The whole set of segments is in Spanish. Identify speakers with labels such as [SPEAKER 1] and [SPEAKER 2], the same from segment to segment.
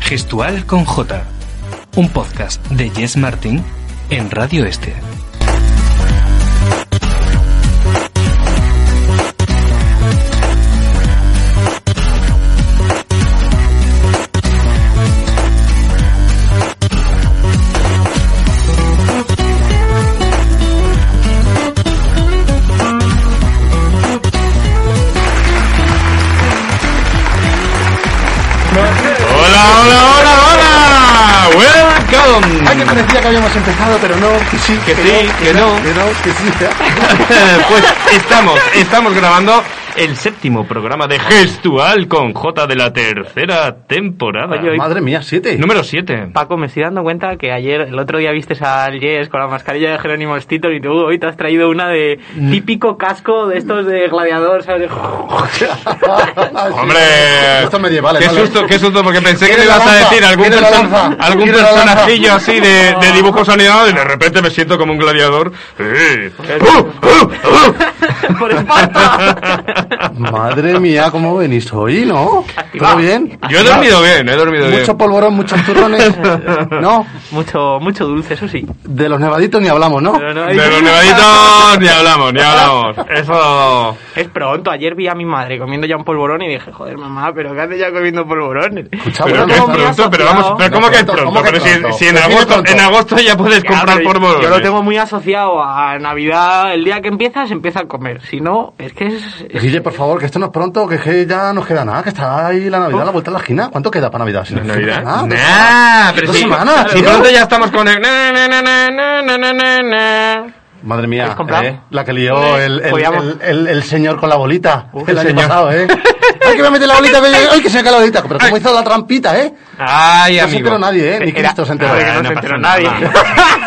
[SPEAKER 1] Gestual con J, un podcast de Jess Martín en Radio Este.
[SPEAKER 2] Hola, hola, hola, hola. Welcome.
[SPEAKER 3] Ay, que parecía que habíamos empezado, pero no, que sí,
[SPEAKER 2] Que sí, que no.
[SPEAKER 3] que no, que sí.
[SPEAKER 2] pues estamos, estamos grabando el séptimo programa de Gestual con J de la tercera temporada.
[SPEAKER 4] Oye, hoy-
[SPEAKER 3] Madre mía, siete.
[SPEAKER 2] Número 7.
[SPEAKER 4] Paco, me estoy dando cuenta que ayer, el otro día viste al Yes con la mascarilla de Jerónimo Stito y tú hoy te has traído una de
[SPEAKER 2] Mm.
[SPEAKER 4] típico casco de estos de gladiador, ¿sabes?
[SPEAKER 3] Ah, sí.
[SPEAKER 2] Hombre,
[SPEAKER 3] Esto medieval,
[SPEAKER 2] qué
[SPEAKER 3] vale.
[SPEAKER 2] susto, qué susto, porque pensé que le
[SPEAKER 3] Quiero la
[SPEAKER 2] ibas a
[SPEAKER 3] lanza,
[SPEAKER 2] decir algún,
[SPEAKER 3] quiero la
[SPEAKER 2] person-
[SPEAKER 3] lanza,
[SPEAKER 2] algún
[SPEAKER 3] quiero la lanza.
[SPEAKER 2] personajillo así de, de dibujos animados y de repente me siento como un gladiador. Eh, ¡uh, uh, uh!
[SPEAKER 4] ¡Por Esparta!
[SPEAKER 3] Madre mía, cómo venís hoy, ¿no?
[SPEAKER 4] Activado.
[SPEAKER 3] ¿Todo bien?
[SPEAKER 2] Yo he dormido bien, he dormido bien.
[SPEAKER 3] Mucho polvorón, muchos turrones. No,
[SPEAKER 4] mucho, mucho dulce, eso sí.
[SPEAKER 3] de los nevaditos ni hablamos, ¿no?
[SPEAKER 4] Pero no-
[SPEAKER 2] De los nevaditos ni hablamos, ni hablamos. Eso.
[SPEAKER 4] Es pronto, ayer vi a mi madre comiendo ya un polvorón y dije, joder mamá, pero ¿qué haces ya comiendo polvorones?
[SPEAKER 3] Escucha,
[SPEAKER 2] Pero
[SPEAKER 3] bueno,
[SPEAKER 2] que es
[SPEAKER 3] no,
[SPEAKER 4] mira,
[SPEAKER 2] pronto, pero vamos, pero ¿cómo
[SPEAKER 3] No,
[SPEAKER 2] que es
[SPEAKER 3] pronto,
[SPEAKER 2] pronto?
[SPEAKER 3] ¿cómo que
[SPEAKER 2] Pero si,
[SPEAKER 3] pronto?
[SPEAKER 2] si en
[SPEAKER 3] Define
[SPEAKER 2] agosto,
[SPEAKER 3] pronto.
[SPEAKER 2] en agosto ya puedes
[SPEAKER 4] Ya,
[SPEAKER 2] comprar
[SPEAKER 4] pero
[SPEAKER 2] por
[SPEAKER 4] Yo lo tengo muy asociado a Navidad, el día que empiezas empieza a comer. Si no, es que es... es-
[SPEAKER 3] Guille, por favor, que esto no es pronto, que es que ya nos queda nada, que está ahí la Navidad a la vuelta de la esquina. ¿Cuánto queda para Navidad? Si no
[SPEAKER 2] Navidad.
[SPEAKER 3] queda nada. pues,
[SPEAKER 2] Nah, pero
[SPEAKER 3] Ah, Dos
[SPEAKER 2] si,
[SPEAKER 3] semanas,
[SPEAKER 2] si
[SPEAKER 3] tío.
[SPEAKER 2] pronto ya estamos con el. na, na, na, na, na, na, na, na, na.
[SPEAKER 3] Madre mía,
[SPEAKER 4] ¿Habéis comprado?
[SPEAKER 3] eh, la que lió el, el,
[SPEAKER 4] Podíamos-
[SPEAKER 3] el- el- el señor con la bolita.
[SPEAKER 2] Uf,
[SPEAKER 3] el
[SPEAKER 2] el
[SPEAKER 3] año
[SPEAKER 2] señor.
[SPEAKER 3] pasado, ¿eh? ¡Ay, que me mete la bolita! que- ¡Ay, que se me cae la bolita! Pero cómo hizo la trampita, ¿eh?
[SPEAKER 2] Ay,
[SPEAKER 3] No se
[SPEAKER 2] amigo.
[SPEAKER 3] enteró nadie, ¿eh? Ni
[SPEAKER 4] Era-
[SPEAKER 3] Cristo se enteró.
[SPEAKER 4] Joder, que
[SPEAKER 2] Ah,
[SPEAKER 4] no,
[SPEAKER 2] no
[SPEAKER 4] se
[SPEAKER 2] pasa
[SPEAKER 4] enteró
[SPEAKER 2] nada.
[SPEAKER 4] nadie.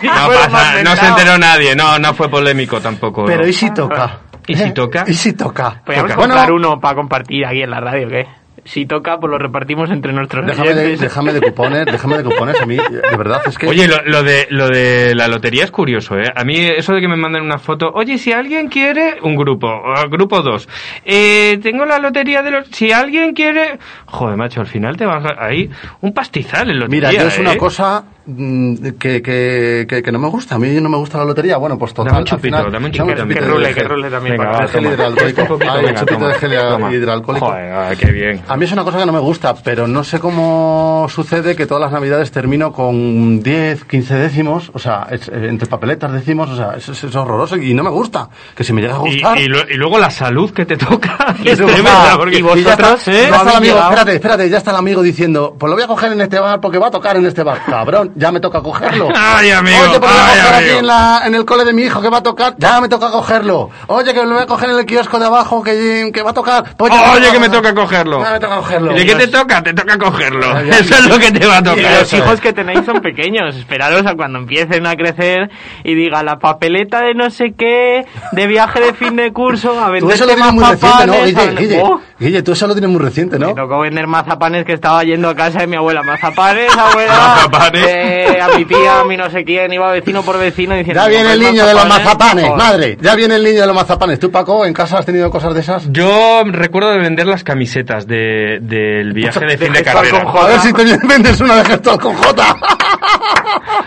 [SPEAKER 4] Sí,
[SPEAKER 2] No
[SPEAKER 4] fue lo más
[SPEAKER 2] pasa, no se
[SPEAKER 4] pensado.
[SPEAKER 2] enteró nadie, no, no fue polémico tampoco.
[SPEAKER 3] Pero
[SPEAKER 2] no.
[SPEAKER 3] ¿y si toca?
[SPEAKER 2] ¿Y si
[SPEAKER 3] ¿Eh?
[SPEAKER 2] toca?
[SPEAKER 3] ¿Y si toca?
[SPEAKER 4] Podríamos
[SPEAKER 3] Toca.
[SPEAKER 4] Pues comprar uno para compartir aquí en la radio, ¿qué? Si toca, pues lo repartimos entre nuestros
[SPEAKER 3] Déjame de,
[SPEAKER 4] oyentes.
[SPEAKER 3] déjame de cupones, déjame de cupones a mí, de verdad, es que...
[SPEAKER 2] Oye, lo, lo de, lo de la lotería es curioso, ¿eh? A mí eso de que me manden una foto, oye, si alguien quiere un grupo, o grupo 2, eh, tengo la lotería de los... Si alguien quiere... Joder, macho, al final te vas a- ahí un pastizal en lotería,
[SPEAKER 3] Mira, yo es una
[SPEAKER 2] ¿eh?
[SPEAKER 3] cosa mm, que, que, que, que no me gusta, a mí no me gusta la lotería, bueno, pues total...
[SPEAKER 2] Dame un
[SPEAKER 3] al
[SPEAKER 2] chupito,
[SPEAKER 3] final-
[SPEAKER 2] dame un
[SPEAKER 3] dame
[SPEAKER 2] chupito.
[SPEAKER 4] que
[SPEAKER 2] también.
[SPEAKER 4] rule,
[SPEAKER 3] de
[SPEAKER 4] que
[SPEAKER 3] gel.
[SPEAKER 4] rule también.
[SPEAKER 2] Venga,
[SPEAKER 4] Paco.
[SPEAKER 2] va,
[SPEAKER 3] de gel
[SPEAKER 2] toma.
[SPEAKER 3] hidroalcohólico.
[SPEAKER 2] Este poquito,
[SPEAKER 3] Ay,
[SPEAKER 2] venga,
[SPEAKER 3] chupito
[SPEAKER 2] toma,
[SPEAKER 3] de gel
[SPEAKER 2] toma.
[SPEAKER 3] hidroalcohólico.
[SPEAKER 2] Joder, ay, qué bien.
[SPEAKER 3] A mí es una cosa que no me gusta, pero no sé cómo sucede que todas las navidades termino con 10, 15 décimos, o sea, es- eh, entre papeletas décimos, o sea, es, es- es horroroso y no me gusta. Que si me llega a
[SPEAKER 2] Y,
[SPEAKER 3] gustar...
[SPEAKER 2] y lo- y luego la salud que te toca.
[SPEAKER 3] Y
[SPEAKER 2] es
[SPEAKER 3] luego-
[SPEAKER 2] tremenda,
[SPEAKER 3] ah,
[SPEAKER 2] porque
[SPEAKER 3] y vosotros,
[SPEAKER 2] ¿eh?
[SPEAKER 3] ya está el amigo,
[SPEAKER 2] Llegado.
[SPEAKER 3] espérate, espérate, ya está el amigo diciendo, pues lo voy a coger en este bar porque va a tocar en este bar. Cabrón, ya me toca cogerlo.
[SPEAKER 2] Ay, amigo,
[SPEAKER 3] Oye, pues lo voy a
[SPEAKER 2] ay,
[SPEAKER 3] coger
[SPEAKER 2] amigo.
[SPEAKER 3] aquí en, la- en el cole de mi hijo que va a tocar, ya me toca cogerlo. Oye, que lo voy a coger en el kiosco de abajo que, que va a tocar. Pues ya
[SPEAKER 2] Oye, que me
[SPEAKER 3] coger-
[SPEAKER 2] toca cogerlo.
[SPEAKER 3] Ya me toca cogerlo. Pues
[SPEAKER 2] ¿Y de qué te toca? Te toca cogerlo.
[SPEAKER 3] Ay, ay,
[SPEAKER 2] Eso es lo que te va a
[SPEAKER 4] Y
[SPEAKER 2] tocar.
[SPEAKER 4] los hijos que tenéis son pequeños, esperaros a cuando empiecen a crecer y diga la papeleta de no sé qué, de viaje de fin de curso, a
[SPEAKER 3] Tú
[SPEAKER 4] vender
[SPEAKER 3] eso lo tienes
[SPEAKER 4] más
[SPEAKER 3] muy reciente, ¿no?
[SPEAKER 4] papanes.
[SPEAKER 3] Guille,
[SPEAKER 4] a-
[SPEAKER 3] Guille,
[SPEAKER 4] ¡Oh!
[SPEAKER 3] Guille, tú eso lo tienes muy reciente, ¿no?
[SPEAKER 4] Me tocó vender mazapanes que estaba yendo a casa de mi abuela. Mazapanes, abuela.
[SPEAKER 2] Mazapanes.
[SPEAKER 4] Eh, a mi tía, a mi no sé quién, iba vecino por vecino diciendo.
[SPEAKER 3] Ya viene el
[SPEAKER 4] "¿Compráis
[SPEAKER 3] niño de los mazapanes,
[SPEAKER 4] Joder.
[SPEAKER 3] madre. Ya viene el niño de los mazapanes. ¿Tú, Paco, en casa has tenido cosas de esas?
[SPEAKER 2] Yo recuerdo de vender las camisetas de, del viaje de
[SPEAKER 4] De
[SPEAKER 2] fin de
[SPEAKER 4] Gestual
[SPEAKER 2] carrera.
[SPEAKER 4] con
[SPEAKER 3] A
[SPEAKER 4] Jota.
[SPEAKER 3] ver si te vendes una de gesto con Jota.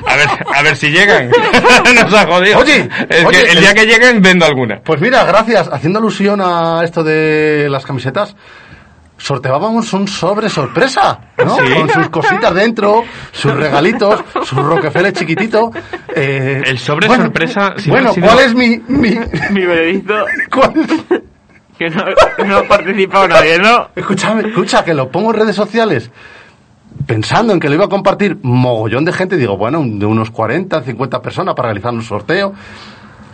[SPEAKER 2] A ver, a ver si llegan. Nos ha jodido.
[SPEAKER 3] Oye,
[SPEAKER 2] Es
[SPEAKER 3] oye,
[SPEAKER 2] que el
[SPEAKER 3] el-
[SPEAKER 2] día que lleguen vendo alguna.
[SPEAKER 3] Pues mira, gracias. Haciendo alusión a esto de las camisetas, sorteábamos un sobre sorpresa, ¿no?
[SPEAKER 2] Sí.
[SPEAKER 3] Con sus cositas dentro, sus regalitos, su Rockefeller chiquitito. eh,
[SPEAKER 2] El sobre sorpresa, si no
[SPEAKER 3] bueno,
[SPEAKER 2] ha sido-
[SPEAKER 3] ¿cuál es mi, mi-
[SPEAKER 4] Mi veredicto,
[SPEAKER 3] cuál-
[SPEAKER 4] que no, no ha participado nadie, ¿no?
[SPEAKER 3] Escúchame, escucha, que lo pongo en redes sociales. pensando en que lo iba a compartir mogollón de gente, digo, bueno, de unos 40, 50 personas para realizar un sorteo.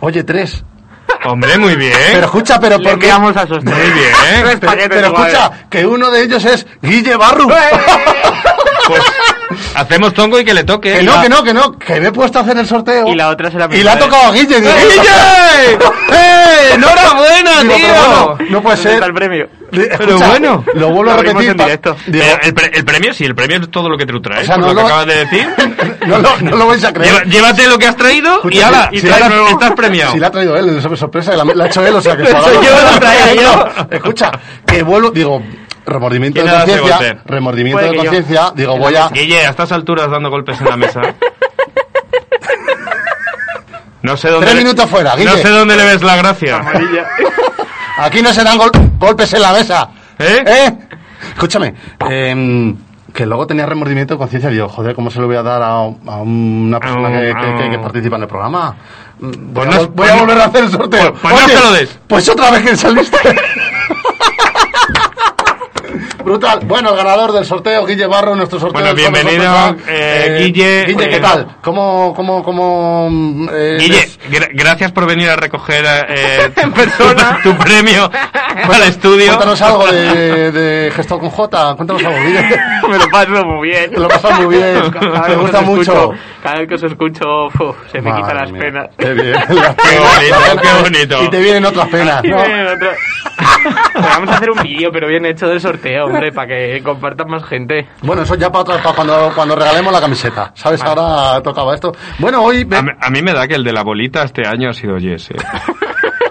[SPEAKER 3] Oye, tres.
[SPEAKER 2] Hombre, muy bien.
[SPEAKER 3] Pero escucha, pero
[SPEAKER 4] Le
[SPEAKER 3] ¿por qué?
[SPEAKER 4] enviamos a sostener.
[SPEAKER 2] Muy bien.
[SPEAKER 3] Pero,
[SPEAKER 4] paquetes
[SPEAKER 3] pero
[SPEAKER 4] iguales. Eh.
[SPEAKER 3] escucha, que uno de ellos es Guille Barru.
[SPEAKER 2] Pues hacemos tongo y que le toque.
[SPEAKER 3] Que no, que no, que no, que me he puesto a hacer el sorteo.
[SPEAKER 4] Y la otra se la
[SPEAKER 3] Y la ha
[SPEAKER 4] primera
[SPEAKER 3] tocado a Guille. digo,
[SPEAKER 2] ¡Guille! ¡Eh! ¡Enhorabuena,
[SPEAKER 3] Digo, pero
[SPEAKER 2] tío!
[SPEAKER 3] bueno, no puede
[SPEAKER 4] ¿Dónde
[SPEAKER 3] ser.
[SPEAKER 4] está el premio?
[SPEAKER 3] Di-
[SPEAKER 2] Pero
[SPEAKER 3] escucha,
[SPEAKER 2] bueno.
[SPEAKER 3] Lo vuelvo a
[SPEAKER 4] Lo abrimos
[SPEAKER 3] repetir.
[SPEAKER 4] en
[SPEAKER 3] pa-
[SPEAKER 4] directo.
[SPEAKER 3] digo,
[SPEAKER 2] Eh, el, pre- el premio sí, el premio es todo lo que te lo traes,
[SPEAKER 3] O sea,
[SPEAKER 2] por
[SPEAKER 3] no
[SPEAKER 2] lo que
[SPEAKER 3] lo-
[SPEAKER 2] acabas de decir.
[SPEAKER 3] no, lo, no lo vais a creer.
[SPEAKER 2] Lleva- llévate lo que has traído
[SPEAKER 3] Escucha,
[SPEAKER 2] y ala, y
[SPEAKER 3] si- si
[SPEAKER 2] traes-
[SPEAKER 3] la- no-
[SPEAKER 2] estás premiado.
[SPEAKER 3] Si la ha traído él, es sorpresa, la, la ha hecho él, o sea que se
[SPEAKER 2] Soy
[SPEAKER 3] haga-
[SPEAKER 2] yo, la traía yo.
[SPEAKER 3] Escucha, que vuelvo, digo, remordimiento
[SPEAKER 2] Que
[SPEAKER 3] de
[SPEAKER 2] nada se
[SPEAKER 3] conciencia,
[SPEAKER 2] golpee.
[SPEAKER 3] remordimiento
[SPEAKER 4] Puede
[SPEAKER 3] de
[SPEAKER 4] que yo.
[SPEAKER 3] conciencia, digo, voy a...
[SPEAKER 2] Guille, a estas alturas dando golpes en la mesa. No sé dónde.
[SPEAKER 3] Tres
[SPEAKER 2] le-
[SPEAKER 3] minutos fuera, Guille.
[SPEAKER 2] No sé dónde le ves la gracia.
[SPEAKER 4] Amarilla.
[SPEAKER 3] Aquí no se dan gol- golpes en la mesa.
[SPEAKER 2] ¿Eh?
[SPEAKER 3] Escúchame, em, que luego tenía remordimiento de conciencia. Digo, joder, ¿cómo se lo voy a dar a, a una persona
[SPEAKER 2] A un-
[SPEAKER 3] que,
[SPEAKER 2] a
[SPEAKER 3] que- que- que
[SPEAKER 2] un-
[SPEAKER 3] participa en el programa? Mm, Voy,
[SPEAKER 2] Pues
[SPEAKER 3] a,
[SPEAKER 2] no-
[SPEAKER 3] vol- voy a
[SPEAKER 2] pues no-
[SPEAKER 3] volver a hacer el sorteo.
[SPEAKER 2] pues- pues no se lo des.
[SPEAKER 3] Pues otra vez que saliste. Brutal. Bueno, el ganador del sorteo, Guille Barro, nuestro sorteo.
[SPEAKER 2] Bueno,
[SPEAKER 3] del Somos
[SPEAKER 2] bienvenido,
[SPEAKER 3] Otra.
[SPEAKER 2] eh, Guille.
[SPEAKER 3] Guille, ¿qué
[SPEAKER 2] Eh,
[SPEAKER 3] tal? ¿Cómo, cómo, cómo? mm, eh,
[SPEAKER 2] Guille,
[SPEAKER 3] eres?
[SPEAKER 2] gra- gracias por venir a recoger eh, tu- tu, premio al estudio.
[SPEAKER 3] Cuéntanos algo de, de Gestor con J. Cuéntanos algo, Guille.
[SPEAKER 4] Me lo paso muy bien.
[SPEAKER 3] Te lo pasas muy bien.
[SPEAKER 4] Cada
[SPEAKER 3] Me
[SPEAKER 4] vez
[SPEAKER 3] gusta
[SPEAKER 4] que os
[SPEAKER 3] mucho.
[SPEAKER 4] escucho- cada vez que os escucho, uf, se me
[SPEAKER 3] Madre
[SPEAKER 4] quitan las
[SPEAKER 3] mía.
[SPEAKER 4] penas.
[SPEAKER 3] Qué bien.
[SPEAKER 2] Qué bonito, qué bonito.
[SPEAKER 3] Y te vienen otras penas,
[SPEAKER 4] Y
[SPEAKER 3] ¿no?
[SPEAKER 4] viene el otro. Vamos a hacer un vídeo, pero bien hecho del sorteo, hombre, para que compartan más gente.
[SPEAKER 3] Bueno, eso ya para, otra- para cuando, cuando regalemos la camiseta. ¿Sabes? Ahora tocaba esto. Bueno, hoy... ve-
[SPEAKER 2] A, mí- a mí me da que el de la bolita este año ha sido Jesse.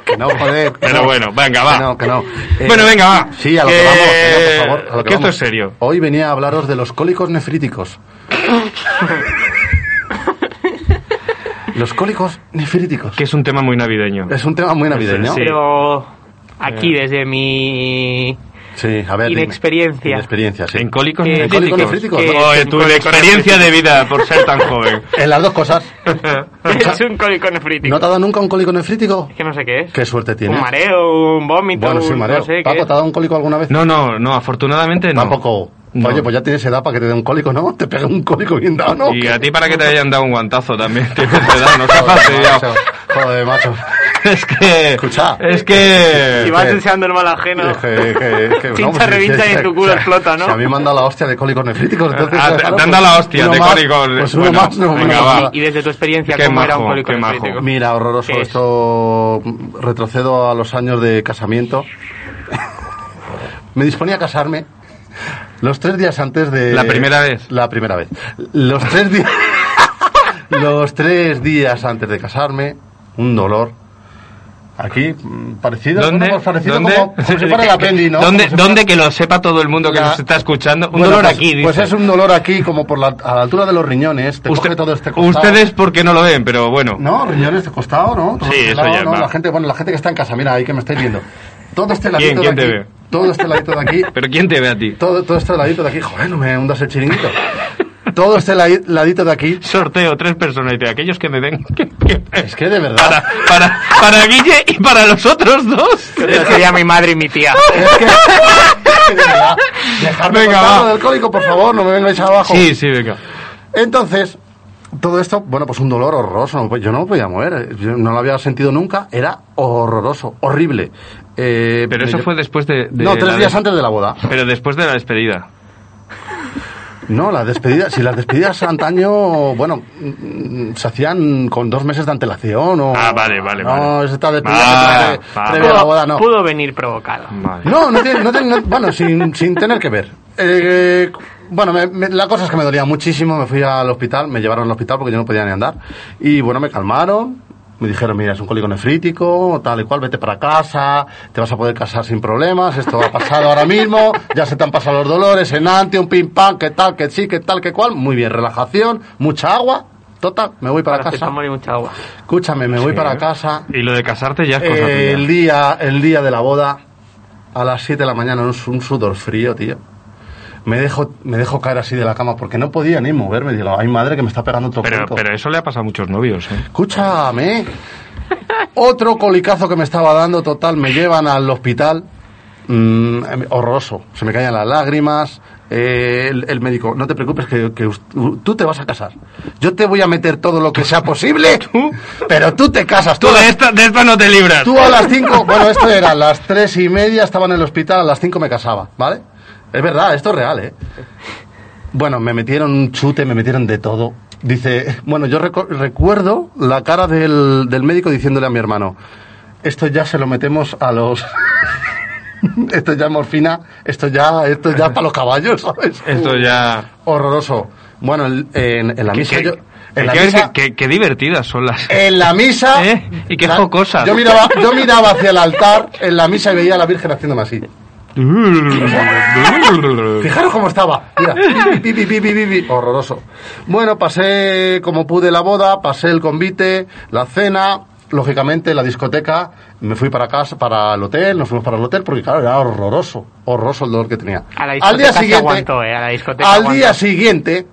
[SPEAKER 3] Que no, joder. que
[SPEAKER 2] Pero
[SPEAKER 3] no.
[SPEAKER 2] bueno, venga, va.
[SPEAKER 3] Que no, que no. Eh,
[SPEAKER 2] Bueno, venga, va.
[SPEAKER 3] Sí, a lo que,
[SPEAKER 2] Que-
[SPEAKER 3] vamos, venga, por favor. a lo
[SPEAKER 2] que esto
[SPEAKER 3] vamos.
[SPEAKER 2] es serio.
[SPEAKER 3] Hoy venía a hablaros de los cólicos nefríticos. los cólicos nefríticos.
[SPEAKER 2] Que es un tema muy navideño.
[SPEAKER 3] Es un tema muy navideño.
[SPEAKER 2] Sí.
[SPEAKER 4] Pero aquí,
[SPEAKER 3] Eh.
[SPEAKER 4] desde mi
[SPEAKER 3] Sí, a ver. dime.
[SPEAKER 4] Inexperiencia.
[SPEAKER 3] Inexperiencia, sí.
[SPEAKER 2] En cólicos
[SPEAKER 4] Eh,
[SPEAKER 2] nefríticos.
[SPEAKER 3] cólicos nefríticos,
[SPEAKER 4] ¿no?
[SPEAKER 2] Joder, tu
[SPEAKER 4] Cólicos
[SPEAKER 2] experiencia de vida por ser tan joven.
[SPEAKER 3] En las dos cosas.
[SPEAKER 4] es un cólico nefrítico.
[SPEAKER 3] ¿No te ha dado nunca un cólico nefrítico?
[SPEAKER 4] Es que no sé qué es.
[SPEAKER 3] Qué suerte tienes.
[SPEAKER 4] Un mareo, un vómito,
[SPEAKER 3] Bueno, sí,
[SPEAKER 4] un
[SPEAKER 3] mareo.
[SPEAKER 4] no sé
[SPEAKER 3] Paco,
[SPEAKER 4] qué.
[SPEAKER 3] ¿te ha dado un cólico alguna vez?
[SPEAKER 2] No, no, no, afortunadamente no.
[SPEAKER 3] Tampoco.
[SPEAKER 2] No.
[SPEAKER 3] Oye, pues ya tienes edad para que te dé un cólico, ¿no? Te pegue un cólico bien dado, ¿no?
[SPEAKER 2] Y a ti para que te hayan dado un guantazo también. tío, te dan, no seas
[SPEAKER 3] Joder, macho.
[SPEAKER 2] fastidiado.
[SPEAKER 3] Joder, macho.
[SPEAKER 2] Es que...
[SPEAKER 3] Escucha.
[SPEAKER 2] Es que...
[SPEAKER 4] Y vas deseando el mal ajeno.
[SPEAKER 3] Es que- que- que-
[SPEAKER 4] Chincha,
[SPEAKER 3] pues,
[SPEAKER 4] revincha
[SPEAKER 3] es
[SPEAKER 4] y
[SPEAKER 3] que-
[SPEAKER 4] en tu culo
[SPEAKER 3] o sea,
[SPEAKER 4] explota, ¿no?
[SPEAKER 3] Si a mí me han dado la hostia de cólicos nefríticos, entonces...
[SPEAKER 2] Ah,
[SPEAKER 3] claro,
[SPEAKER 2] te- te han
[SPEAKER 3] pues,
[SPEAKER 2] dado la hostia
[SPEAKER 3] uno
[SPEAKER 2] de
[SPEAKER 3] más,
[SPEAKER 2] cólicos. eh,
[SPEAKER 3] Pues uno
[SPEAKER 2] Bueno,
[SPEAKER 3] más, no,
[SPEAKER 2] venga,
[SPEAKER 3] uno
[SPEAKER 2] va.
[SPEAKER 3] más.
[SPEAKER 4] Y desde tu experiencia,
[SPEAKER 2] Qué
[SPEAKER 4] ¿cómo era un
[SPEAKER 2] majo,
[SPEAKER 4] cólico
[SPEAKER 2] qué majo.
[SPEAKER 4] nefrítico?
[SPEAKER 3] Mira, horroroso.
[SPEAKER 4] ¿Qué es?
[SPEAKER 3] Esto retrocedo a los años de casamiento. Me disponía a casarme los tres días antes de...
[SPEAKER 2] ¿La primera vez?
[SPEAKER 3] La primera vez. Los tres días... los tres días antes de casarme, un dolor. Aquí, mm, parecido,
[SPEAKER 2] ¿Dónde?
[SPEAKER 3] bueno, pues parecido
[SPEAKER 2] ¿Dónde?
[SPEAKER 3] como, como si fuera el apendis, ¿no?
[SPEAKER 2] ¿Dónde,
[SPEAKER 3] Como si fuera-
[SPEAKER 2] dónde que lo sepa todo el mundo que
[SPEAKER 3] La-
[SPEAKER 2] nos está escuchando? Un
[SPEAKER 3] Bueno,
[SPEAKER 2] dolor
[SPEAKER 3] pues-
[SPEAKER 2] aquí, dice.
[SPEAKER 3] Pues es un dolor aquí, como por la, a la altura de los riñones. Te
[SPEAKER 2] Usted-
[SPEAKER 3] coge todo este costado.
[SPEAKER 2] ustedes porque no lo ven, pero bueno.
[SPEAKER 3] No, riñones de costado, ¿no? Todo
[SPEAKER 2] Sí,
[SPEAKER 3] este
[SPEAKER 2] eso ya
[SPEAKER 3] ¿no?
[SPEAKER 2] va.
[SPEAKER 3] La gente, bueno, la gente que está en casa, mira, ahí que me estáis viendo. Todo este ladito
[SPEAKER 2] quién
[SPEAKER 3] de
[SPEAKER 2] te
[SPEAKER 3] aquí.
[SPEAKER 2] ve?
[SPEAKER 3] Todo este ladito de aquí.
[SPEAKER 2] Pero ¿quién te ve a ti?
[SPEAKER 3] Todo, todo este ladito de aquí. Joder, no me hundas el chiringuito. Todo este la- ladito de aquí.
[SPEAKER 2] Sorteo, tres personas. Dice, aquellos que me ven. que- que-
[SPEAKER 3] Es que de verdad.
[SPEAKER 2] para, para, para Guille y para los otros dos.
[SPEAKER 4] Esto sería mi madre y mi tía.
[SPEAKER 3] Es que. es que de verdad. Dejarme
[SPEAKER 2] Venga,
[SPEAKER 3] contar
[SPEAKER 2] va.
[SPEAKER 3] lo del cólico, por favor, no me vengáis abajo.
[SPEAKER 2] Sí, sí, venga.
[SPEAKER 3] Entonces, todo esto, bueno, pues un dolor horroroso. no me- Yo no me podía mover. eh, Yo no lo había sentido nunca. Era horroroso, horrible. Eh,
[SPEAKER 2] Pero
[SPEAKER 3] me
[SPEAKER 2] eso
[SPEAKER 3] lle-
[SPEAKER 2] fue después de. de
[SPEAKER 3] No,
[SPEAKER 2] la
[SPEAKER 3] tres días
[SPEAKER 2] des-
[SPEAKER 3] antes de la boda.
[SPEAKER 2] Pero después de la despedida.
[SPEAKER 3] No, las despedidas, si las despedidas antaño, bueno, mm, se hacían con dos meses de antelación o...
[SPEAKER 2] Ah, vale, vale,
[SPEAKER 3] No,
[SPEAKER 2] vale. Ah,
[SPEAKER 3] es esta despedida
[SPEAKER 2] Va,
[SPEAKER 3] que
[SPEAKER 2] va.
[SPEAKER 3] trae- previa a la
[SPEAKER 4] Pudo,
[SPEAKER 3] boda, no.
[SPEAKER 4] pudo venir provocado.
[SPEAKER 2] Vale.
[SPEAKER 3] No, no tiene, no tiene- no- bueno, sin, sin tener que ver. Eh, bueno, me- me- la cosa es que me dolía muchísimo, me fui al hospital, me llevaron al hospital porque yo no podía ni andar. Y bueno, me calmaron, me dijeron, mira, es un cólico nefrítico, tal y cual, vete para casa, te vas a poder casar sin problemas, esto ha pasado ahora mismo, ya se te han pasado los dolores, enante, un pim pam, que tal, que sí, que tal, que cual. Muy bien, relajación, mucha agua, total, me voy para casa.
[SPEAKER 4] Paracetamol y mucha agua.
[SPEAKER 3] Escúchame, me voy para casa,
[SPEAKER 2] Y lo de casarte ya es cosa
[SPEAKER 3] eh, el
[SPEAKER 2] tuya.
[SPEAKER 3] día el día de la boda a las 7 de la mañana un, su- un sudor frío tío me dejo me dejo caer así de la cama porque no podía ni moverme digo ay madre que me está pegando otro
[SPEAKER 2] Pero,
[SPEAKER 3] cólico".
[SPEAKER 2] pero eso le ha pasado a muchos novios, ¿eh?
[SPEAKER 3] escúchame otro colicazo que me estaba dando total me llevan al hospital Mm, horroroso se me caían las lágrimas eh, el, el médico, no te preocupes, que, que us- tú te vas a casar. Yo te voy a meter todo lo que sea posible, pero tú te casas. Tú,
[SPEAKER 2] Tú de esta, de esta no te libras.
[SPEAKER 3] tú a las 5, bueno, esto era, a las 3 y media estaba en el hospital, a las 5 me casaba, ¿vale? Es verdad, esto es real, ¿eh? Bueno, me metieron un chute, me metieron de todo. Dice, bueno, yo reco- recuerdo la cara del, del médico diciéndole a mi hermano, esto ya se lo metemos a los... esto ya es morfina, esto ya, esto ya para los caballos, ¿sabes?
[SPEAKER 2] Esto ya...
[SPEAKER 3] Horroroso. Bueno, el- en, en uh, la
[SPEAKER 2] Que-
[SPEAKER 3] misa
[SPEAKER 2] que-
[SPEAKER 3] yo...
[SPEAKER 2] que-
[SPEAKER 3] En la
[SPEAKER 2] que-
[SPEAKER 3] misa,
[SPEAKER 2] que- que divertidas son las...
[SPEAKER 3] en la misa...
[SPEAKER 2] ¿Eh? Y qué
[SPEAKER 3] la-
[SPEAKER 2] jocosas.
[SPEAKER 3] Yo miraba, yo miraba hacia el altar en la misa y veía a la Virgen haciéndome así. Fijaros cómo estaba. Mira, pi, pi, pi, pi, pi, pi. horroroso. Bueno, pasé como pude la boda, pasé el convite, la cena, lógicamente la discoteca. Me fui para casa, para el hotel, nos fuimos para el hotel porque claro era horroroso, horroroso el dolor que tenía.
[SPEAKER 4] A la discoteca se aguantó, eh, a la discoteca
[SPEAKER 3] al
[SPEAKER 4] aguantó.
[SPEAKER 3] día siguiente,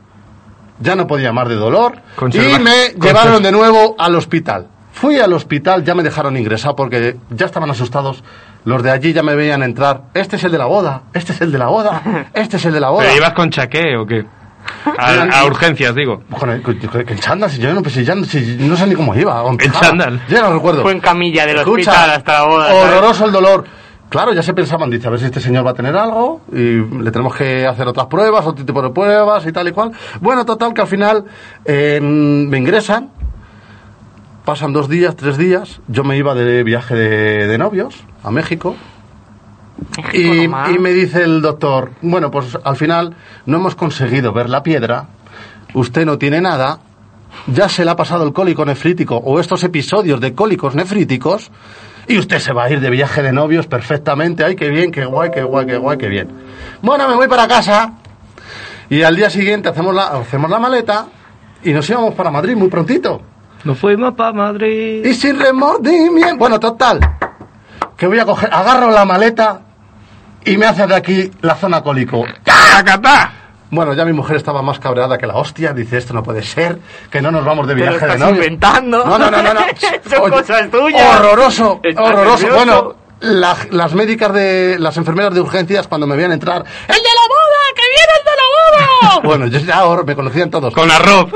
[SPEAKER 3] ya no podía más de dolor
[SPEAKER 2] Conserva-
[SPEAKER 3] y me
[SPEAKER 2] conserva-
[SPEAKER 3] llevaron de nuevo al hospital. Fui al hospital, ya me dejaron ingresar porque ya estaban asustados. Los de allí ya me veían entrar. Este es el de la boda, este es el de la boda, este es el de la boda.
[SPEAKER 2] ¿Pero ibas con chaqué o qué? A, a urgencias, digo.
[SPEAKER 3] Con el, con- con- con chándal, si yo no, pues si ya no- si no sé ni cómo iba. o en
[SPEAKER 2] En
[SPEAKER 3] pijama.
[SPEAKER 2] chándal.
[SPEAKER 3] Yo no recuerdo.
[SPEAKER 4] Fue en camilla del
[SPEAKER 3] Escucha,
[SPEAKER 4] hospital hasta la boda. ¿sabes?
[SPEAKER 3] Horroroso el dolor. Claro, ya se pensaban, dice, a ver si este señor va a tener algo y le tenemos que hacer otras pruebas, otro tipo de pruebas y tal y cual. Bueno, total, que al final eh, me ingresan, pasan dos días, tres días, yo me iba de viaje de, de novios a México y,
[SPEAKER 4] México nomás.
[SPEAKER 3] y me dice el doctor, bueno, pues al final no hemos conseguido ver la piedra, usted no tiene nada, ya se le ha pasado el cólico nefrítico o estos episodios de cólicos nefríticos y usted se va a ir de viaje de novios perfectamente, ay, qué bien, qué guay, qué guay, qué guay, qué bien. Bueno, me voy para casa y al día siguiente hacemos la, hacemos la maleta y nos íbamos para Madrid muy prontito.
[SPEAKER 2] Nos fuimos para Madrid.
[SPEAKER 3] Y sin remordimiento. Bueno, total. Que voy a coger. Agarro la maleta y me hace de aquí la zona cólico. Bueno, ya mi mujer estaba más cabreada que la hostia. Dice, esto no puede ser. Que no nos vamos de
[SPEAKER 4] Te lo
[SPEAKER 3] viaje de
[SPEAKER 4] estás
[SPEAKER 3] novio.
[SPEAKER 4] inventando.
[SPEAKER 3] No, no, no, no. no.
[SPEAKER 4] Son cosas tuyas.
[SPEAKER 3] Horroroso.
[SPEAKER 4] Estás
[SPEAKER 3] horroroso.
[SPEAKER 4] nervioso.
[SPEAKER 3] Bueno, la- las médicas de. Las enfermeras de urgencias cuando me veían entrar. ¡El de la boda! ¡Que viene el de la boda! bueno, yo ya ahora me conocían todos.
[SPEAKER 2] Con arroz.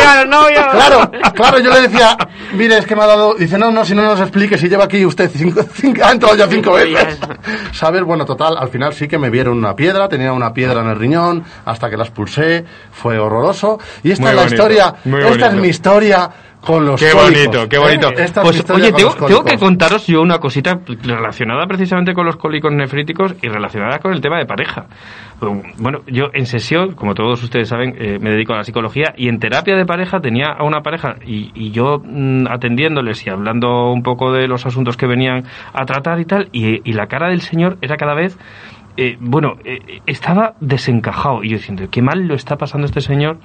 [SPEAKER 4] Claro, novio.
[SPEAKER 3] Claro, claro, yo le decía, mire, es que me ha dado. Dice, no, no, si no nos explique, si lleva aquí usted cinco, cinco- ha entrado ya cinco veces. Sabes, bueno, total, al final sí que me vieron una piedra, tenía una piedra en el riñón, hasta que la expulsé, fue horroroso. Y esta
[SPEAKER 2] Muy
[SPEAKER 3] es la
[SPEAKER 2] bonito,
[SPEAKER 3] historia,
[SPEAKER 2] muy
[SPEAKER 3] esta es
[SPEAKER 2] bonito.
[SPEAKER 3] mi historia con los
[SPEAKER 2] Qué
[SPEAKER 3] cólicos.
[SPEAKER 2] bonito, qué bonito.
[SPEAKER 3] Eh, Esta es mi
[SPEAKER 2] Pues
[SPEAKER 3] historia
[SPEAKER 2] oye,
[SPEAKER 3] con
[SPEAKER 2] tengo,
[SPEAKER 3] los
[SPEAKER 2] tengo que
[SPEAKER 3] cólicos.
[SPEAKER 2] contaros yo una cosita relacionada precisamente con los cólicos nefríticos y relacionada con el tema de pareja. Bueno, yo en sesión, como todos ustedes saben, eh, me dedico a la psicología y en terapia de pareja tenía a una pareja y, y yo mm, atendiéndoles y hablando un poco de los asuntos que venían a tratar y tal, y, y la cara del señor era cada vez eh, bueno, eh, estaba desencajado. Y yo diciendo, qué mal lo está pasando este señor.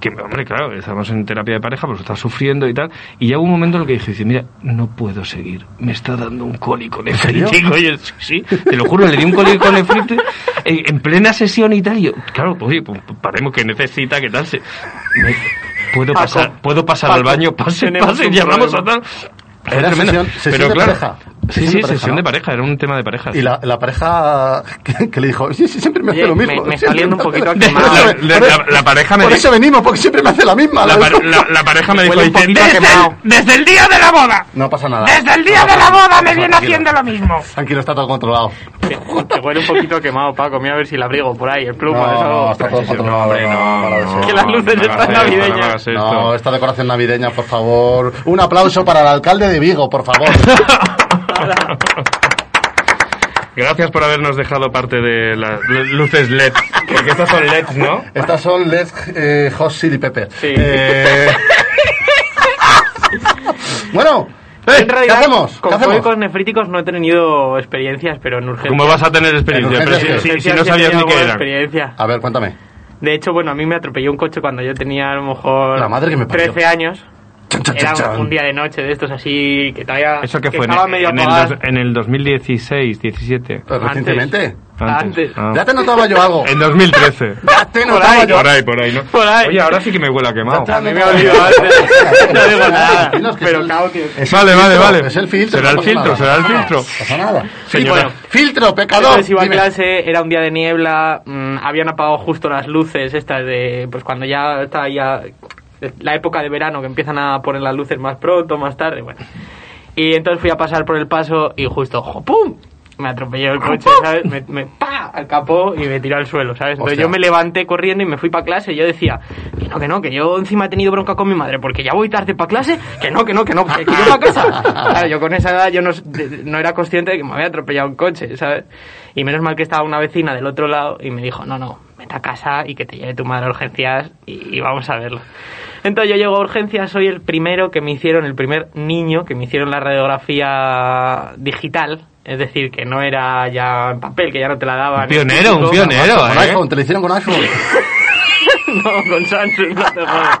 [SPEAKER 2] Que, hombre, claro, estamos en terapia de pareja, pues está sufriendo y tal. Y llegó un momento en el que dije, dice, mira, no puedo seguir. Me está dando un cólico nefrítico. Y yo, sí, sí, te lo juro, le di un cólico nefrítico eh, en plena sesión y tal. Y yo, claro, pues, oye, pues paremos que necesita, que tal. Se... Me- Puedo
[SPEAKER 4] Paco,
[SPEAKER 2] pasar, puedo pasar al
[SPEAKER 4] Paco,
[SPEAKER 2] baño, pase,
[SPEAKER 4] tenemos
[SPEAKER 2] pase,
[SPEAKER 4] un
[SPEAKER 2] y hablamos a
[SPEAKER 4] problema.
[SPEAKER 2] tal. Fue
[SPEAKER 3] Era
[SPEAKER 2] tremendo.
[SPEAKER 3] sesión- sesión de pareja.
[SPEAKER 2] Sí,
[SPEAKER 3] Sesión
[SPEAKER 2] sí,
[SPEAKER 3] de pareja,
[SPEAKER 2] sesión
[SPEAKER 3] ¿no?
[SPEAKER 2] de pareja, era un tema de pareja.
[SPEAKER 3] Y la, la pareja que, que le dijo, sí, sí, siempre me hace
[SPEAKER 4] Oye,
[SPEAKER 3] lo
[SPEAKER 4] me-
[SPEAKER 3] mismo.
[SPEAKER 4] me está
[SPEAKER 3] siempre
[SPEAKER 4] oliendo
[SPEAKER 3] me
[SPEAKER 4] un
[SPEAKER 3] hace-
[SPEAKER 4] poquito a
[SPEAKER 3] Por
[SPEAKER 4] quemado.
[SPEAKER 3] eso-
[SPEAKER 2] La- la- la pareja me
[SPEAKER 3] Por
[SPEAKER 2] dijo-
[SPEAKER 3] eso venimos, porque siempre me hace la misma.
[SPEAKER 2] La,
[SPEAKER 3] la
[SPEAKER 2] par-
[SPEAKER 3] misma.
[SPEAKER 2] la- la pareja me
[SPEAKER 4] Me
[SPEAKER 2] dijo,
[SPEAKER 4] huele un
[SPEAKER 2] dice,
[SPEAKER 4] poquito a
[SPEAKER 2] desde,
[SPEAKER 4] quemado".
[SPEAKER 2] desde el día de la boda.
[SPEAKER 3] No pasa nada.
[SPEAKER 2] Desde el día
[SPEAKER 3] No
[SPEAKER 2] de la
[SPEAKER 3] pasa nada,
[SPEAKER 2] boda
[SPEAKER 3] no
[SPEAKER 2] me
[SPEAKER 3] pasa
[SPEAKER 2] viene
[SPEAKER 3] nada,
[SPEAKER 2] haciendo lo mismo.
[SPEAKER 3] Tranquilo, está todo controlado.
[SPEAKER 4] Te, te huele un poquito quemado, Paco. Mira a ver si la abrigo por ahí, el pluma.
[SPEAKER 3] No,
[SPEAKER 4] eso.
[SPEAKER 3] no, está todo controlado. para de ser.
[SPEAKER 4] Que las luces
[SPEAKER 2] no me
[SPEAKER 4] están
[SPEAKER 2] hagas esto,
[SPEAKER 4] navideñas.
[SPEAKER 2] no me hagas esto.
[SPEAKER 3] No, esta decoración navideña, por favor. Un aplauso para el alcalde de Vigo, por favor.
[SPEAKER 2] Gracias por habernos dejado parte de las lu- luces LED. Porque estas son LEDs, ¿no?
[SPEAKER 3] Estas son Let's eh, Hot Chili Peppers.
[SPEAKER 4] Sí.
[SPEAKER 3] Eh, bueno, eh,
[SPEAKER 4] En
[SPEAKER 3] ¿qué
[SPEAKER 4] realidad,
[SPEAKER 3] hacemos?
[SPEAKER 4] Con
[SPEAKER 3] ¿Qué hacemos?
[SPEAKER 4] cólicos nefríticos no he tenido experiencias, pero en urgencias.
[SPEAKER 2] ¿Cómo vas a tener experiencia?
[SPEAKER 3] En
[SPEAKER 2] Pero
[SPEAKER 3] urgencias,
[SPEAKER 2] si, si- si
[SPEAKER 4] urgencias
[SPEAKER 2] no
[SPEAKER 4] sí he
[SPEAKER 2] sabías ni
[SPEAKER 4] tenido
[SPEAKER 2] qué
[SPEAKER 4] alguna
[SPEAKER 2] era.
[SPEAKER 4] experiencia.
[SPEAKER 3] A ver, cuéntame.
[SPEAKER 4] De hecho, bueno, a mí me atropelló un coche cuando yo tenía a lo mejor
[SPEAKER 3] La madre que me parió.
[SPEAKER 4] 13 años.
[SPEAKER 3] Chan, chan,
[SPEAKER 4] Era
[SPEAKER 3] chan, chan.
[SPEAKER 4] un día de noche de estos así que todavía
[SPEAKER 2] Eso que fue en,
[SPEAKER 4] estaba medio
[SPEAKER 2] en el,
[SPEAKER 4] apagado.
[SPEAKER 2] dos- en el 2016, 17.
[SPEAKER 3] Pues, Recientemente.
[SPEAKER 4] Antes.
[SPEAKER 2] Ah.
[SPEAKER 3] Ya te notaba yo algo.
[SPEAKER 2] En 2013.
[SPEAKER 3] Ya te
[SPEAKER 2] por,
[SPEAKER 3] notaba
[SPEAKER 2] ahí,
[SPEAKER 3] yo.
[SPEAKER 2] por ahí, por ahí, ¿no?
[SPEAKER 4] Por ahí.
[SPEAKER 2] Oye, ahora sí que me huele a quemado.
[SPEAKER 4] A mí me ha olido antes. No digo nada. Pero cautio.
[SPEAKER 3] Es el
[SPEAKER 2] Vale, vale,
[SPEAKER 3] filtro,
[SPEAKER 2] vale.
[SPEAKER 3] Es el filtro.
[SPEAKER 2] Será
[SPEAKER 3] no
[SPEAKER 2] el
[SPEAKER 3] pasa
[SPEAKER 2] filtro,
[SPEAKER 3] nada.
[SPEAKER 2] será el filtro.
[SPEAKER 3] No pasa nada.
[SPEAKER 2] Señora.
[SPEAKER 3] Sí, bueno, filtro, pecador.
[SPEAKER 4] Entonces iba a
[SPEAKER 3] Dime.
[SPEAKER 4] clase, era un día de niebla, mm, habían apagado justo las luces estas de, pues cuando ya está ya la época de verano que empiezan a poner las luces más pronto, más tarde, bueno. Y entonces fui a pasar por el paso y justo, ¡jo, ¡pum! Me atropelló el coche, ¿sabes? Me, me ¡pa! al capó y me tiró al suelo, ¿sabes? Entonces
[SPEAKER 3] Hostia.
[SPEAKER 4] yo me levanté corriendo y me fui para clase. Y yo decía, que no, que no, que yo encima he tenido bronca con mi madre porque ya voy tarde para clase, que no, que no, que no, que quiero ir a casa. Claro, yo con esa edad yo no, s- de- de- no era consciente de que me había atropellado un coche, ¿sabes? Y menos mal que estaba una vecina del otro lado y me dijo, no, no, vete a casa y que te lleve tu madre a urgencias y, y vamos a verlo. Entonces yo llego a urgencias, soy el primero que me hicieron, el primer niño que me hicieron la radiografía digital. Es decir, que no era ya en papel, que ya no te la daban.
[SPEAKER 2] Un pionero, un
[SPEAKER 4] Típico.
[SPEAKER 2] pionero,
[SPEAKER 3] Con
[SPEAKER 2] ¿eh?
[SPEAKER 3] iPhone, te lo hicieron con iPhone.
[SPEAKER 4] No, con Samsung, no te jodas.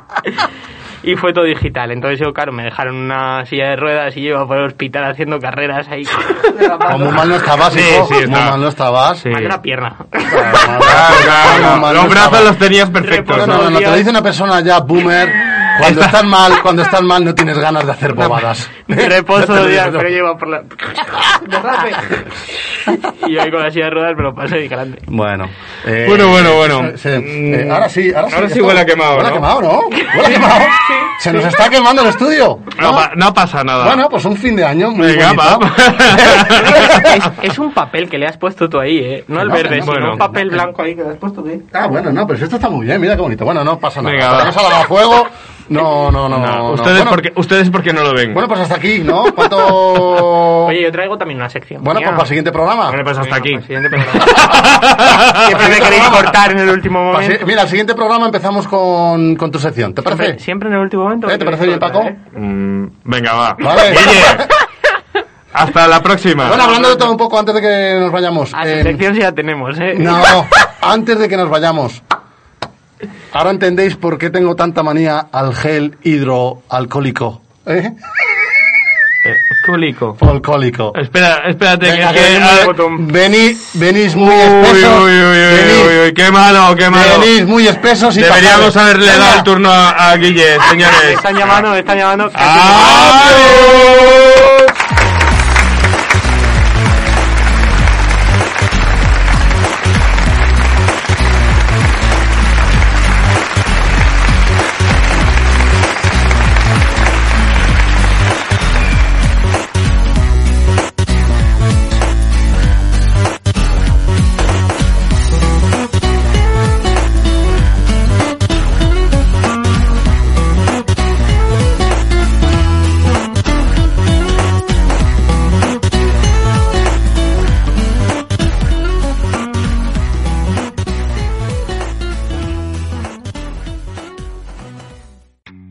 [SPEAKER 4] Y fue todo digital. Entonces yo, claro, me dejaron una silla de ruedas y yo iba por el hospital haciendo carreras ahí.
[SPEAKER 3] O muy mal no estabas,
[SPEAKER 2] Sí,
[SPEAKER 3] hijo.
[SPEAKER 2] sí,
[SPEAKER 3] muy
[SPEAKER 2] está.
[SPEAKER 3] mal no estabas.
[SPEAKER 2] Sí.
[SPEAKER 4] Más de una pierna.
[SPEAKER 2] Ah, claro,
[SPEAKER 3] Muy mal
[SPEAKER 2] Los
[SPEAKER 3] no
[SPEAKER 2] brazos
[SPEAKER 3] estabas.
[SPEAKER 2] los tenías perfectos.
[SPEAKER 3] No, no, no, no, te lo dice una persona ya boomer. Cuando estás mal, cuando estás mal no tienes ganas de hacer bobadas.
[SPEAKER 4] Reposo
[SPEAKER 3] No te
[SPEAKER 4] de
[SPEAKER 3] lo
[SPEAKER 4] día,
[SPEAKER 3] digo yo.
[SPEAKER 4] pero yo iba por la... y yo ahí con la silla de ruedas me lo pasé y grande.
[SPEAKER 3] Bueno. eh,
[SPEAKER 2] Bueno, bueno, bueno.
[SPEAKER 3] se- se-
[SPEAKER 2] Mm.
[SPEAKER 3] eh, ahora sí, ahora sí.
[SPEAKER 2] Ahora sí
[SPEAKER 3] esto-
[SPEAKER 2] huele a quemado,
[SPEAKER 3] Huele a
[SPEAKER 2] ¿no?
[SPEAKER 3] quemado, ¿no? Huele a quemado. Se nos está quemando el estudio. Ah,
[SPEAKER 2] No, pa- no pasa nada.
[SPEAKER 3] Bueno, pues un fin de año muy
[SPEAKER 2] Venga,
[SPEAKER 3] bonito.
[SPEAKER 2] va.
[SPEAKER 4] Es, es un papel que le has puesto tú ahí, ¿eh? No el
[SPEAKER 3] No,
[SPEAKER 4] verde,
[SPEAKER 3] no,
[SPEAKER 4] sino
[SPEAKER 2] bueno.
[SPEAKER 4] un papel blanco ahí que le has puesto tú ahí.
[SPEAKER 3] Ah, bueno, no, pero si esto está muy bien, mira qué bonito. Bueno, no pasa nada.
[SPEAKER 2] Venga,
[SPEAKER 3] Pero
[SPEAKER 2] va.
[SPEAKER 3] no se ha dado fuego. No, no, no. no,
[SPEAKER 2] ustedes,
[SPEAKER 3] Bueno,
[SPEAKER 2] porque, ustedes porque no lo ven.
[SPEAKER 3] Bueno, pues hasta aquí, ¿no? ¿Cuánto...?
[SPEAKER 4] Oye, yo traigo también una sección.
[SPEAKER 3] bueno, pues
[SPEAKER 4] mía.
[SPEAKER 3] para el siguiente programa.
[SPEAKER 2] Hombre, pues hasta aquí.
[SPEAKER 4] Venga, para el siguiente programa. Siempre me queréis cortar en el
[SPEAKER 3] Para
[SPEAKER 4] último
[SPEAKER 3] el si-
[SPEAKER 4] momento.
[SPEAKER 3] Mira, el siguiente programa empezamos con, con tu sección. ¿Te
[SPEAKER 4] Siempre,
[SPEAKER 3] parece?
[SPEAKER 4] siempre en el último momento.
[SPEAKER 3] ¿Eh? ¿Te parece bien, Paco?
[SPEAKER 2] Mm, venga, va.
[SPEAKER 3] Vale.
[SPEAKER 2] Guille, hasta la próxima.
[SPEAKER 3] Bueno, hablando de todo un poco antes de que nos vayamos.
[SPEAKER 2] Ah,
[SPEAKER 4] A
[SPEAKER 3] eh,
[SPEAKER 4] su sección sí la tenemos, ¿eh?
[SPEAKER 3] No, antes de que nos vayamos. Ahora entendéis por qué tengo tanta manía al gel hidroalcohólico. ¿Eh?
[SPEAKER 2] Cúlico.
[SPEAKER 3] Alcohólico.
[SPEAKER 2] Espera, espérate.
[SPEAKER 3] Venga,
[SPEAKER 2] que, que-
[SPEAKER 3] que
[SPEAKER 2] ah,
[SPEAKER 3] Vení, venís muy
[SPEAKER 2] uy,
[SPEAKER 3] espesos.
[SPEAKER 2] uy, uy,
[SPEAKER 3] venís,
[SPEAKER 2] uy, uy, qué malo, qué malo.
[SPEAKER 3] venís muy espesos y
[SPEAKER 2] Deberíamos
[SPEAKER 3] tapados.
[SPEAKER 2] haberle
[SPEAKER 3] Venga.
[SPEAKER 2] dado el turno a, a Guille,
[SPEAKER 3] Eh.
[SPEAKER 4] Me
[SPEAKER 2] señores.
[SPEAKER 4] están llamando, me están llamando.
[SPEAKER 3] Ah.
[SPEAKER 2] ¡Adiós!